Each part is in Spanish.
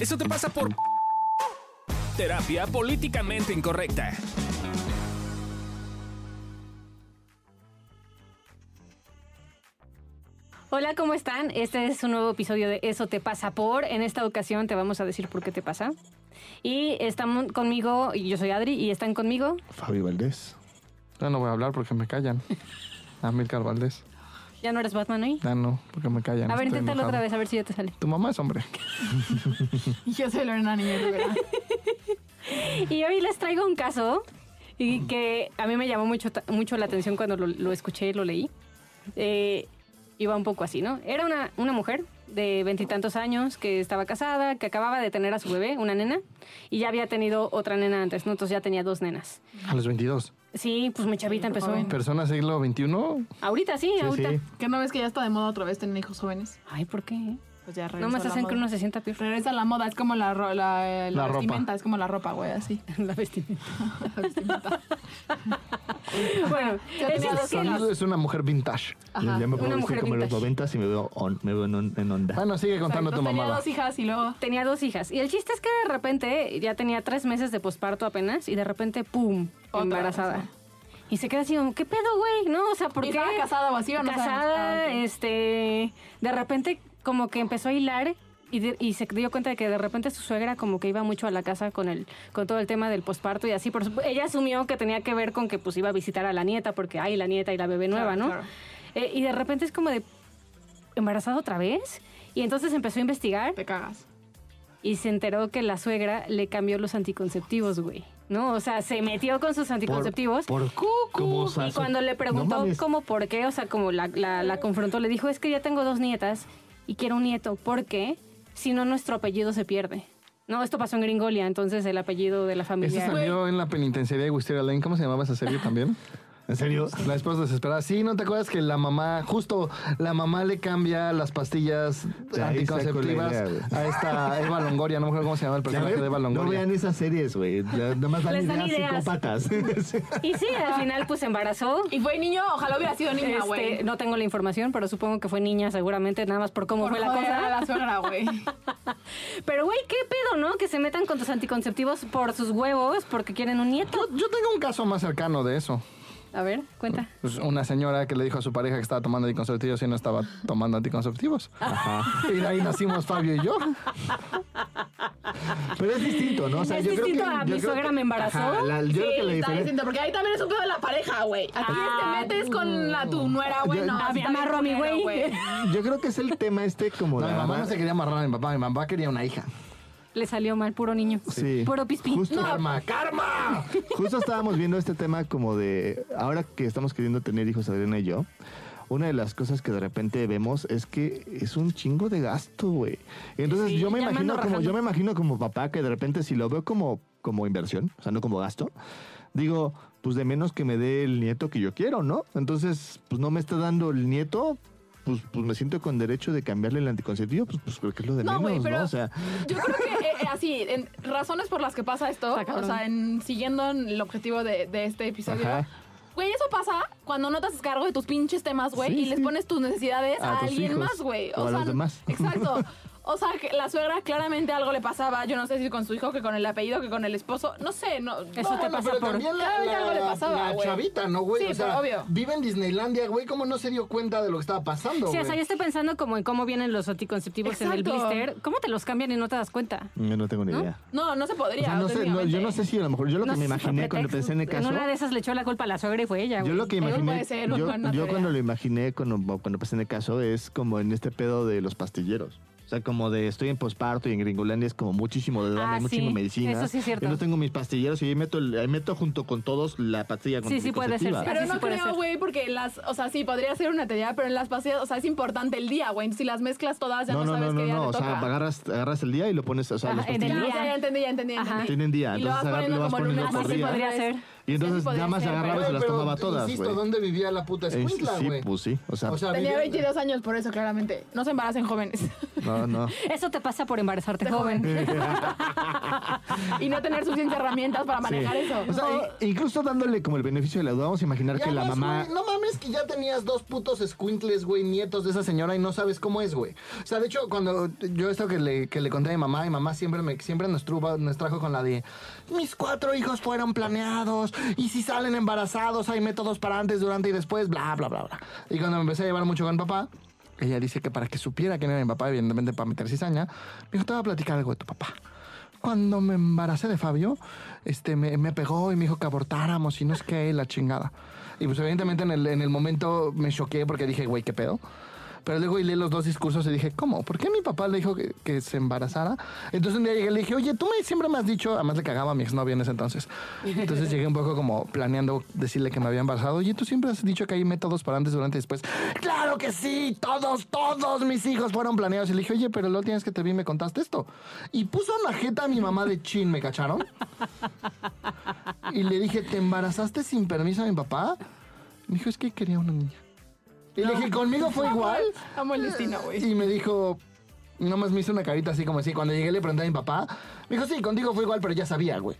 Eso te pasa por terapia políticamente incorrecta. Hola, ¿cómo están? Este es un nuevo episodio de Eso te pasa por. En esta ocasión te vamos a decir por qué te pasa. Y están conmigo, y yo soy Adri, y están conmigo. Fabi Valdés. Ya no voy a hablar porque me callan. Amilcar Valdés. ¿Ya no eres Batman hoy? Ya no, porque me callan. A ver, Estoy inténtalo enojado. otra vez, a ver si ya te sale. Tu mamá es hombre. Y Yo soy Lorena Niñez Rivera. Y hoy les traigo un caso y Mm. que a mí me llamó mucho, ta- mucho la atención cuando lo, lo escuché y lo leí. Eh, iba un poco así, ¿no? Era una, una mujer de veintitantos años que estaba casada, que acababa de tener a su bebé, una nena, y ya había tenido otra nena antes, ¿no? Entonces ya tenía dos nenas. A los 22. Sí, pues mi chavita empezó. Joven. Persona siglo XXI. Ahorita sí, Sí, ahorita. sí. Que no ves que ya está de moda otra vez tener hijos jóvenes. Ay, ¿por qué? Pues ya regresa No más la hacen que moda. uno se sienta peor. Regresa la moda, es como la, ro- la, la La ropa. vestimenta, es como la ropa, güey, así. La vestimenta. La vestimenta. bueno, Ya el tenía caso dos es que hijas. los- Es una mujer vintage. Ajá. Ya me puedo Una mujer vestir como en los vintage. noventas y me veo, on- me veo en, on- en onda. Bueno, sigue contando Exacto, tu tenía mamada. dos hijas y luego. tenía dos hijas. Y el chiste es que de repente ya tenía tres meses de posparto apenas y de repente, ¡pum! Otra, embarazada. o sea. Y se queda así, como, ¿qué pedo, güey? No, o sea, ¿por ¿Y qué? estaba casada o así o no sabemos? Casada, Ah, ok. este. De repente, como que empezó a hilar. Y, de- y se dio cuenta de que de repente su suegra como que iba mucho a la casa con el con todo el tema del posparto y así. Por supu- ella asumió que tenía que ver con que pues iba a visitar a la nieta porque hay la nieta y la bebé nueva, Claro, ¿no? claro. Eh, y de repente es como de embarazada otra vez y entonces empezó a investigar Te cagas. y se enteró que la suegra le cambió los anticonceptivos, güey. ¿No? O sea, se metió con sus anticonceptivos. por cucu. ¿cómo usas? Y cuando le No preguntó mames. cómo por qué, o sea, como la, la- la confrontó, le dijo, es que ya tengo dos nietas y quiero un nieto. ¿Por qué? Si no, nuestro apellido se pierde. No, esto pasó en Gringolia, entonces el apellido de la Esa familia... salió en la penitenciaría de Wisteria Lane. ¿Cómo se llamaba esa serie también? ¿En serio? La esposa desesperada. Sí, ¿no te acuerdas que la mamá, justo la mamá le cambia las pastillas De ahí saco la anticonceptivas idea, güey. a esta Eva Longoria? No me acuerdo cómo se llama el Ya personaje ven, de Eva no Longoria. vean esas series, güey. Ya Nada más dan Les dan ideas ideas. psicópatas. Y sí, al final pues se embarazó. Y fue niño, ojalá hubiera sido niña, Este, güey. no tengo la información, pero supongo que fue niña seguramente, nada más por cómo Por fue la joder cosa. a la suegra, güey. Pero, güey, ¿qué pedo, no? Que se metan con tus anticonceptivos por sus huevos porque quieren un nieto. Yo tengo un caso más cercano de eso. A ver, cuenta. Pues, una señora que le dijo a su pareja que estaba tomando anticonceptivos y no estaba tomando anticonceptivos. Y de ahí nacimos Fabio y yo. Pero es distinto, ¿no? O sea, Es yo creo distinto que- a yo mi creo suegra que- me embarazó. Ajá, la- yo Sí, creo que ¿eh? la está diferencia. distinto, porque ahí también es un pedo de la pareja, güey. Aquí Ah, te metes con la, tu nuera, güey. yo- No, Ah, me está bien amarro a mi culero, güey. Yo creo que es el tema este como No, mi la mamá no se quería amarrar a mi papá, mi papá quería una hija. Le salió mal, puro niño. Sí. Puro pispín. Justo, ¡Karma! pues, ¡Karma! Justo estábamos viendo este tema como de ahora que estamos queriendo tener hijos Adriana y yo. Una de las cosas que de repente vemos es que es un chingo de gasto, güey. Entonces Sí, yo me ya me ando imagino como rajando. yo me imagino como papá que de repente si lo veo como como inversión, o sea, no como gasto, digo, pues de menos que me dé el nieto que yo quiero, ¿no? Entonces, pues no me está dando el nieto, pues, pues me siento con derecho de cambiarle el anticonceptivo, pues, pues creo que es lo de No, menos, güey, pero ¿no? O sea, yo creo que eh, eh, así, en razones por las que pasa esto, Está cabrón. o sea, en, siguiendo en el objetivo de, de este episodio, Ajá. güey, eso pasa cuando no te haces cargo de tus pinches temas, güey, Sí, y les sí. pones tus necesidades A a, tus alguien hijos, más, güey. o a los demás. Exacto. O sea, que la suegra claramente algo le pasaba, yo no sé si con su hijo, que con el apellido, que con el esposo, no sé, no. Eso te pasa pero por- también la, Claramente la- algo le pasaba, la güey. chavita, ¿no, güey? Sí, o sea, pero obvio. vive en Disneylandia, güey. ¿Cómo no se dio cuenta de lo que estaba Sí, pasando, o güey? sea, yo estoy pensando como en cómo vienen los anticonceptivos en el Exacto. blister. ¿Cómo te los cambian y no te das cuenta? yo no tengo ni ¿No? idea. No, no se podría. O sea, no sé, no, yo no sé si a lo mejor yo lo No que sé me si fue imaginé cuando pretexto. pensé en el caso. En una de esas le echó la culpa a la suegra y fue ella, Yo güey. lo que Igual imaginé, puede ser yo, una yo teoría. cuando lo imaginé, cuando, cuando pensé en el caso, es como en este pedo de los pastilleros. O sea, como de estoy en posparto y en Gringolandia es como muchísimo de drama, Ah, y muchísimo sí. medicina. Eso sí es cierto. Y no tengo mis pastilleros y ahí meto, el- ahí meto junto con todos la pastilla Sí, sí, puede ser, anticonceptiva. sí. Pero Así no puede ser. creo, güey, porque las, o sea, sí, podría ser una teoría, pero en las pastillas, o sea, es importante el día, güey. Si las mezclas todas, ya no, No, no, sabes no, qué no, día no. te O sea, toca. agarras, agarras el día y lo pones, o sea, Ajá, los en el Ya, pastillas ya, ya entendí, ya entendí, ya Ajá. entendí. tienen día. Y lo Entonces vas agarras- poniendo lo vas como poniendo lunes, por Así podría. día. podría ser. Y entonces podría nada más ser, agarraba y se Güey, las pero, tomaba todas, Insisto, güey. ¿dónde vivía la puta Eh, escuincla, sí, güey? pues sí. O sea, Tenía vivía- 22 años, por eso, claramente. No se embaracen jóvenes. no, no. Eso te pasa por embarazarte De joven. y no tener suficientes herramientas para manejar Sí. eso. O sea, i- incluso dándole como el beneficio de la duda, vamos a imaginar Ya que la ves, mamá. güey, no mames que ya tenías dos putos escuincles, güey, nietos de esa señora y no sabes cómo es, güey. O sea, de hecho, cuando yo esto que le, que le conté a mi mamá, mi mamá siempre, me, siempre nos, truba- nos trajo con la de mis cuatro hijos fueron planeados y si salen embarazados hay métodos para antes, durante y después, bla, bla, bla, bla. Y cuando me empecé a llevar mucho con papá, ella dice que para que supiera quién era mi papá, evidentemente para meter cizaña, me dijo, te voy a platicar algo de tu papá cuando me embaracé de Fabio, este, me, me pegó y me dijo que abortáramos y no es que la chingada. Y pues evidentemente en el, en el momento me choqué porque dije, güey, ¿qué pedo? Pero luego leí los dos discursos y dije, ¿cómo? ¿Por qué mi papá le dijo que, que se embarazara? Entonces un día llegué y le dije, oye, tú me, siempre me has dicho, además le cagaba a mi exnovia en ese entonces. Entonces llegué un poco como planeando decirle que me había embarazado. Oye, tú siempre has dicho que hay métodos para antes, durante y después. ¡Claro que sí! Todos, todos mis hijos fueron planeados. Y le dije, oye, pero la última vez que te vi me contaste esto. Y puso en la jeta a mi mamá de chin, ¿me cacharon? Y le dije, ¿te embarazaste sin permiso a mi papá? Me dijo, es que quería una niña. Y le dije, ¿conmigo fue igual? Amo el destino, güey. Y me dijo, nomás me hizo una carita así como así. Cuando llegué le pregunté a mi papá. Me dijo, sí, contigo fue igual, pero ya sabía, güey.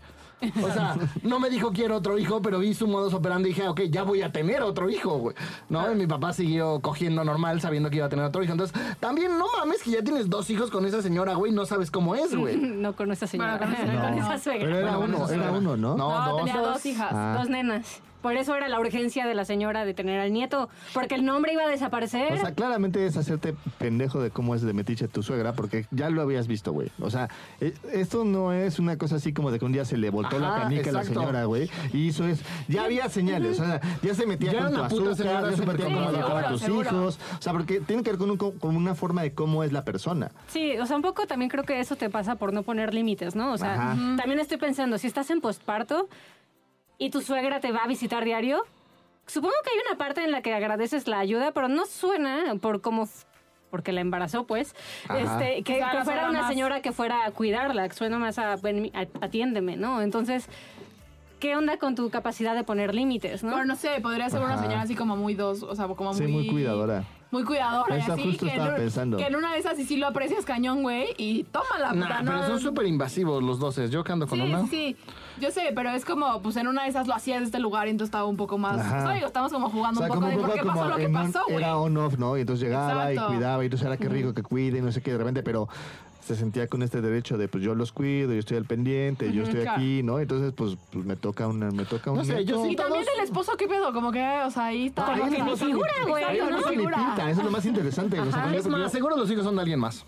O sea, no me dijo quiero otro hijo, pero vi su modus operandi y dije, ok, ya voy a tener otro hijo, güey. No, y mi papá siguió cogiendo normal sabiendo que iba a tener otro hijo. Entonces, también no mames que ya tienes dos hijos con esa señora, güey, no sabes cómo es, güey. No con esa señora, Bueno, con esa- no con no. esa Pero suegra. era Bueno, uno, bueno, era eso- uno, ¿no? No, No, dos. tenía dos hijas. Ah. Dos nenas. Por eso era la urgencia de la señora de tener al nieto, porque el nombre iba a desaparecer. O sea, claramente es hacerte pendejo de cómo es de metiche tu suegra, porque ya lo habías visto, güey. O sea, e- esto no es una cosa así como de que un día se le voltó la Ajá, canica a la exacto. señora, güey. Y eso es, ya había señales, o sea, ya se metía Ya con tu era una puta señora, azúcar, ya se supe metía cómo con tu educaba azúcar. a tus Seguro, hijos. O sea, porque tiene que ver con, un co- con una forma de cómo es la persona. Sí, o sea, un poco también creo que eso te pasa por no poner límites, ¿no? O sea, Ajá. también estoy pensando, si estás en postparto y tu suegra te va a visitar diario, supongo que hay una parte en la que agradeces la ayuda, pero no suena por cómo f- porque la embarazó, pues, este, que, Quizá que fuera la Pues suena una más. señora que fuera a cuidarla, que suena más a, ven, a- atiéndeme, ¿no? Entonces, ¿qué onda con tu capacidad de poner límites, no? Pero no sé, podría ser una señora así como muy dos, o sea, como Sí, muy... muy cuidadora. Muy cuidadora. y Eso así, justo que en estaba un- pensando. Que en una de esas sí, sí lo aprecias cañón, güey, y tómala, puta, Nah, pero no- son súper invasivos los doces. Yo que ando con Sí, una. sí, yo sé, pero es como, pues en una de esas lo hacía desde este lugar y entonces estaba un poco más... Ajá. O sea, digo, estamos como jugando un poco de por qué pasó lo que en pasó, on- güey. era on-off, ¿no? Y entonces llegaba Exacto. y cuidaba y entonces era qué rico que cuide, no sé qué, de repente, pero se sentía con este derecho de pues yo los cuido, yo estoy al pendiente, yo estoy claro. aquí, ¿no? Entonces pues, pues me toca una, me toca un No sé, yo nieto. Y siento también dos- el esposo, ¿qué pedo? Como que, o sea, ahí está... Como ahí que está. ni figura, güey, Exacto, ¿no? no Ni figura. pinta, eso es lo más interesante. o sea, Es más, seguro los hijos son de alguien más.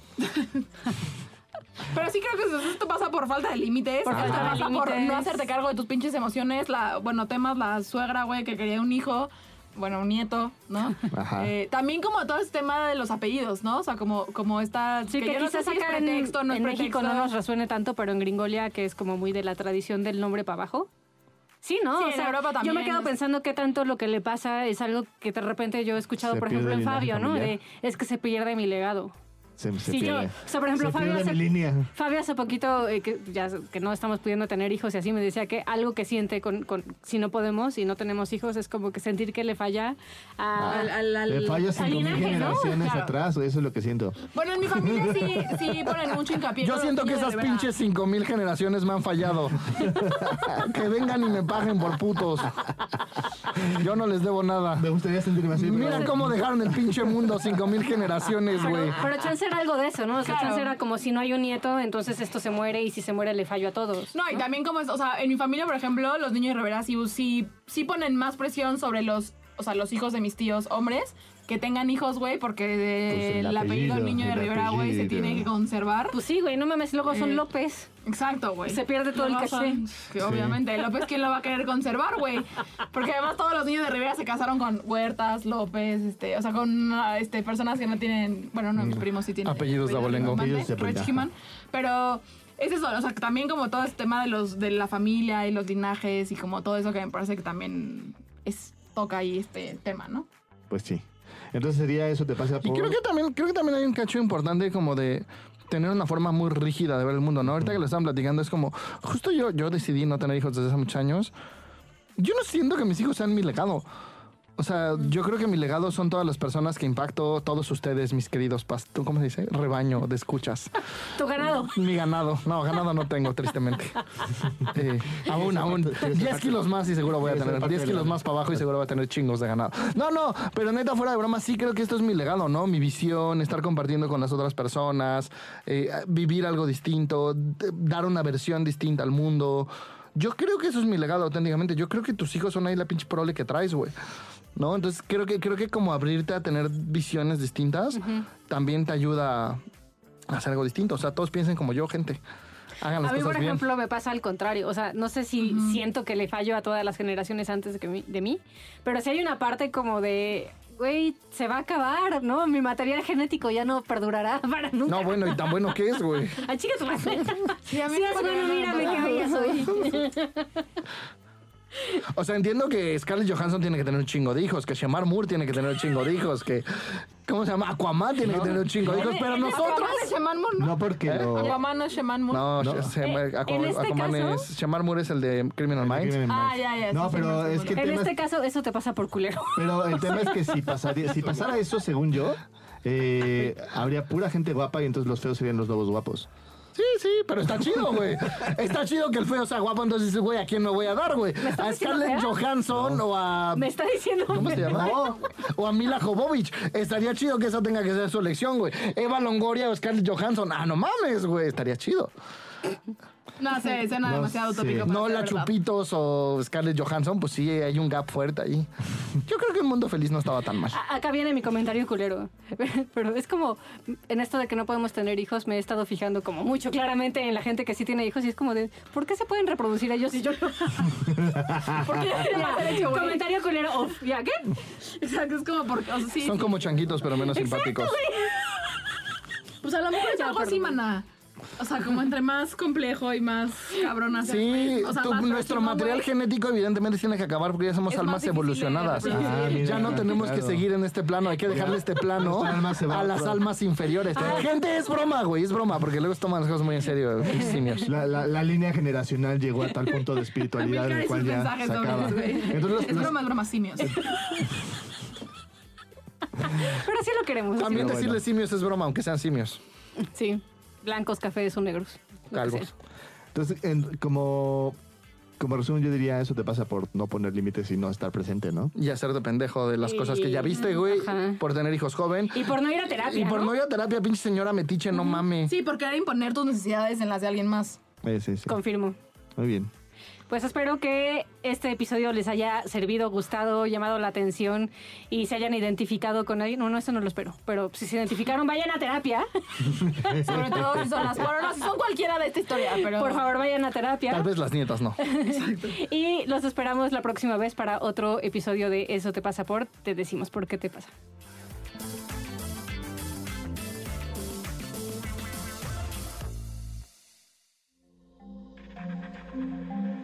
Pero sí creo que eso- esto pasa por falta de límites. Por esto falta de pasa por límites. no hacerte cargo de tus pinches emociones. La, bueno, temas, la suegra, güey, que quería un hijo. Bueno, un nieto, ¿no? Ajá. Eh, también como todo este tema de los apellidos, ¿no? O sea, como, como esta... Sí, que, yo no sé quizás si es acá en, pretexto, no es en México pretexto. no nos resuene tanto, pero en Gringolia, que es como muy de la tradición del nombre para abajo. Sí, ¿no? Sí, O en sea, Europa Yo también me quedo es- pensando que tanto lo que le pasa es algo que de repente yo he escuchado, Se por ejemplo, pierde en el linaje Fabio, ¿no? familiar. De, es que se pierde mi legado. se, se Sí, yo- pierde. o sea, por ejemplo, se Fabio pierde hace- mi línea. Fabio hace poquito, eh, que ya que no estamos pudiendo tener hijos y así, me decía que algo que siente con, con- si no podemos y no tenemos hijos es como que sentir que le falla a- Ah. al, al- al- Le fallas al cinco mil linaje, ¿no? generaciones Claro. atrás, eso es lo que siento. Bueno, en mi familia sí, sí ponen mucho hincapié. Yo con siento los que niños de esas verdad. pinches 5000 generaciones me han fallado. que vengan y me paguen por putos. Yo no les debo nada. Me gustaría sentirme así. pero- Mira cómo dejaron el pinche mundo 5000 generaciones, güey. Pero chance era algo de eso, ¿no? O sea, Claro. chance era como si no hay un nieto, entonces esto se muere y si se muere le fallo a todos. No, y también como es, o sea, en mi familia, por ejemplo, los niños reveras sí, sí, sí ponen más presión sobre los, o sea, los hijos de mis tíos hombres que tengan hijos, güey, porque Pues el, el apellido del apellido, niño de el Rivera, güey, se apellido. tiene que conservar. Pues sí, güey, no mames, luego son Eh. López. Exacto, güey. Se pierde todo el Luego son- que Obviamente, López, ¿quién lo va a querer conservar, güey? Porque además todos los niños de Rivera se casaron con Huertas, López, este, o sea, con ah, este, personas que no tienen, bueno, no, mis primos sí tienen. Apellidos de abolengo. mi Apellidos de mamá, abolengo. Rich Himan, Pero es eso, o sea, que también como todo este tema de los de la familia y los linajes y como todo eso que me parece que también es toca ahí este tema, ¿no? Pues sí. Entonces sería eso, te pasa Y por... creo que también, creo que también hay un cacho importante como de tener una forma muy rígida de ver el mundo, ¿no? Ahorita que lo están platicando es como, justo yo, yo decidí no tener hijos desde hace muchos años. yo no siento que mis hijos sean mi legado. O sea, yo creo que mi legado son todas las personas que impacto, todos ustedes, mis queridos pastos, ¿cómo se dice? Rebaño de escuchas. Tu ganado. Mi ganado. No, ganado no tengo, tristemente. Eh, aún, aún. 10 kilos más y seguro voy a tener. 10 kilos más para abajo y seguro voy a tener chingos de ganado. No, no, pero neta, fuera de broma, sí creo que esto es mi legado, ¿no? Mi visión, estar compartiendo con las otras personas, eh, vivir algo distinto, d- dar una versión distinta al mundo. Yo creo que eso es mi legado auténticamente. Yo creo que tus hijos son ahí la pinche prole que traes, güey. ¿No? Entonces creo que, creo que como abrirte a tener visiones distintas también te ayuda a hacer algo distinto. O sea, todos piensen como yo, gente. Hagan las A mí, cosas por bien. ejemplo, me pasa al contrario. O sea, no sé si siento que le fallo a todas las generaciones antes de, que mi- de mí, pero sí hay una parte como de, güey, se va a acabar, ¿no? Mi material genético ya no perdurará para nunca. No, bueno, y tan bueno que es, güey. Ah, chica, tu madre. Sí, a mí es no me bueno, perdurará mírame qué nada. bella soy. O sea, entiendo que Scarlett Johansson tiene que tener un chingo de hijos, que Shamar Moore tiene que tener un chingo de hijos, que. ¿Cómo se llama? Aquaman tiene que tener un chingo de hijos, pero en este nosotros. Aquaman es Shaman Moon, ¿no? No porque lo... Aquaman no es Shaman Moon. No, No. se llama- Eh, Aquaman, en este Aquaman caso- es. Shamar Moore es el de Criminal Minds. Ah, ya, ya, No, sí, sí, pero sí, es sí, que el En tema es este caso, eso te pasa por culero. Pero el tema es que si, pasaría, si pasara eso, según yo, eh, habría pura gente guapa y entonces los feos serían los nuevos guapos. Sí, sí, pero está chido, güey. Está chido que el feo sea guapo, entonces dices, güey, ¿a quién me voy a dar, güey? ¿A Scarlett diciendo Johansson o a. Me está diciendo. ¿Cómo se llama? O a Mila Jovovich. Estaría chido que esa tenga que ser su elección, güey. Eva Longoria o Scarlett Johansson. Ah, no mames, güey. Estaría chido. No sé, suena No demasiado sé. utópico. para No ser la verdad. Chupitos o Scarlett Johansson, pues sí, hay un gap fuerte ahí. Yo creo que el mundo feliz no estaba tan mal. A- Acá viene mi comentario culero. Pero es como, en esto de que no podemos tener hijos, me he estado fijando como mucho claramente en la gente que sí tiene hijos y es como de, ¿por qué se pueden reproducir ellos y yo no? ¿Por qué tiene más derecho, güey? comentario culero off. ¿Ya qué? Exacto, es como porque. O sea, sí, Son sí. como changuitos, pero menos simpáticos. Pues a lo mejor es Ya, algo así, perdón. maná. O sea, como entre más complejo y más cabrona. se Sí, ve. O sea, tu- más nuestro próximo, material güey. genético evidentemente tiene que acabar porque ya somos Es almas más difícil de evolucionadas. reproducir. Ah, ya no tenemos que seguir en este plano, hay que dejarle este plano Nuestra alma se va a a las otro. almas inferiores. Ah. Gente, es broma, güey, es broma, porque luego se toman las cosas muy en serio, pinches simios. La, la- la línea generacional llegó a tal punto de espiritualidad en Amilcar y sus el cual ya mensajes se acaba. dobles, güey. Entonces, los- Es los- broma, es broma, simios. Pero sí lo queremos. También bueno. decirle simios es broma, aunque sean simios, Sí. Blancos, cafés o negros. lo que calvos. sea. entonces, en- como, como resumen, yo diría eso te pasa por no poner límites y no estar presente, ¿no? Y hacerte pendejo de las Sí. cosas que ya viste, güey, Ajá. por tener hijos joven. Y por no ir a terapia. Y por no ir a terapia, pinche señora metiche, no mames. Sí, porque era imponer tus necesidades en las de alguien más. Eh, sí, sí. Confirmo. Muy bien. Pues espero que este episodio les haya servido, gustado, llamado la atención y se hayan identificado con alguien. No, no, eso no lo espero. Pero si se identificaron, vayan a terapia. Sobre todo si son las. Bueno, no, si son cualquiera de esta historia, pero. Por favor, vayan a terapia. Tal vez las nietas no. Y los esperamos la próxima vez para otro episodio de Eso te pasa por Te decimos por qué te pasa.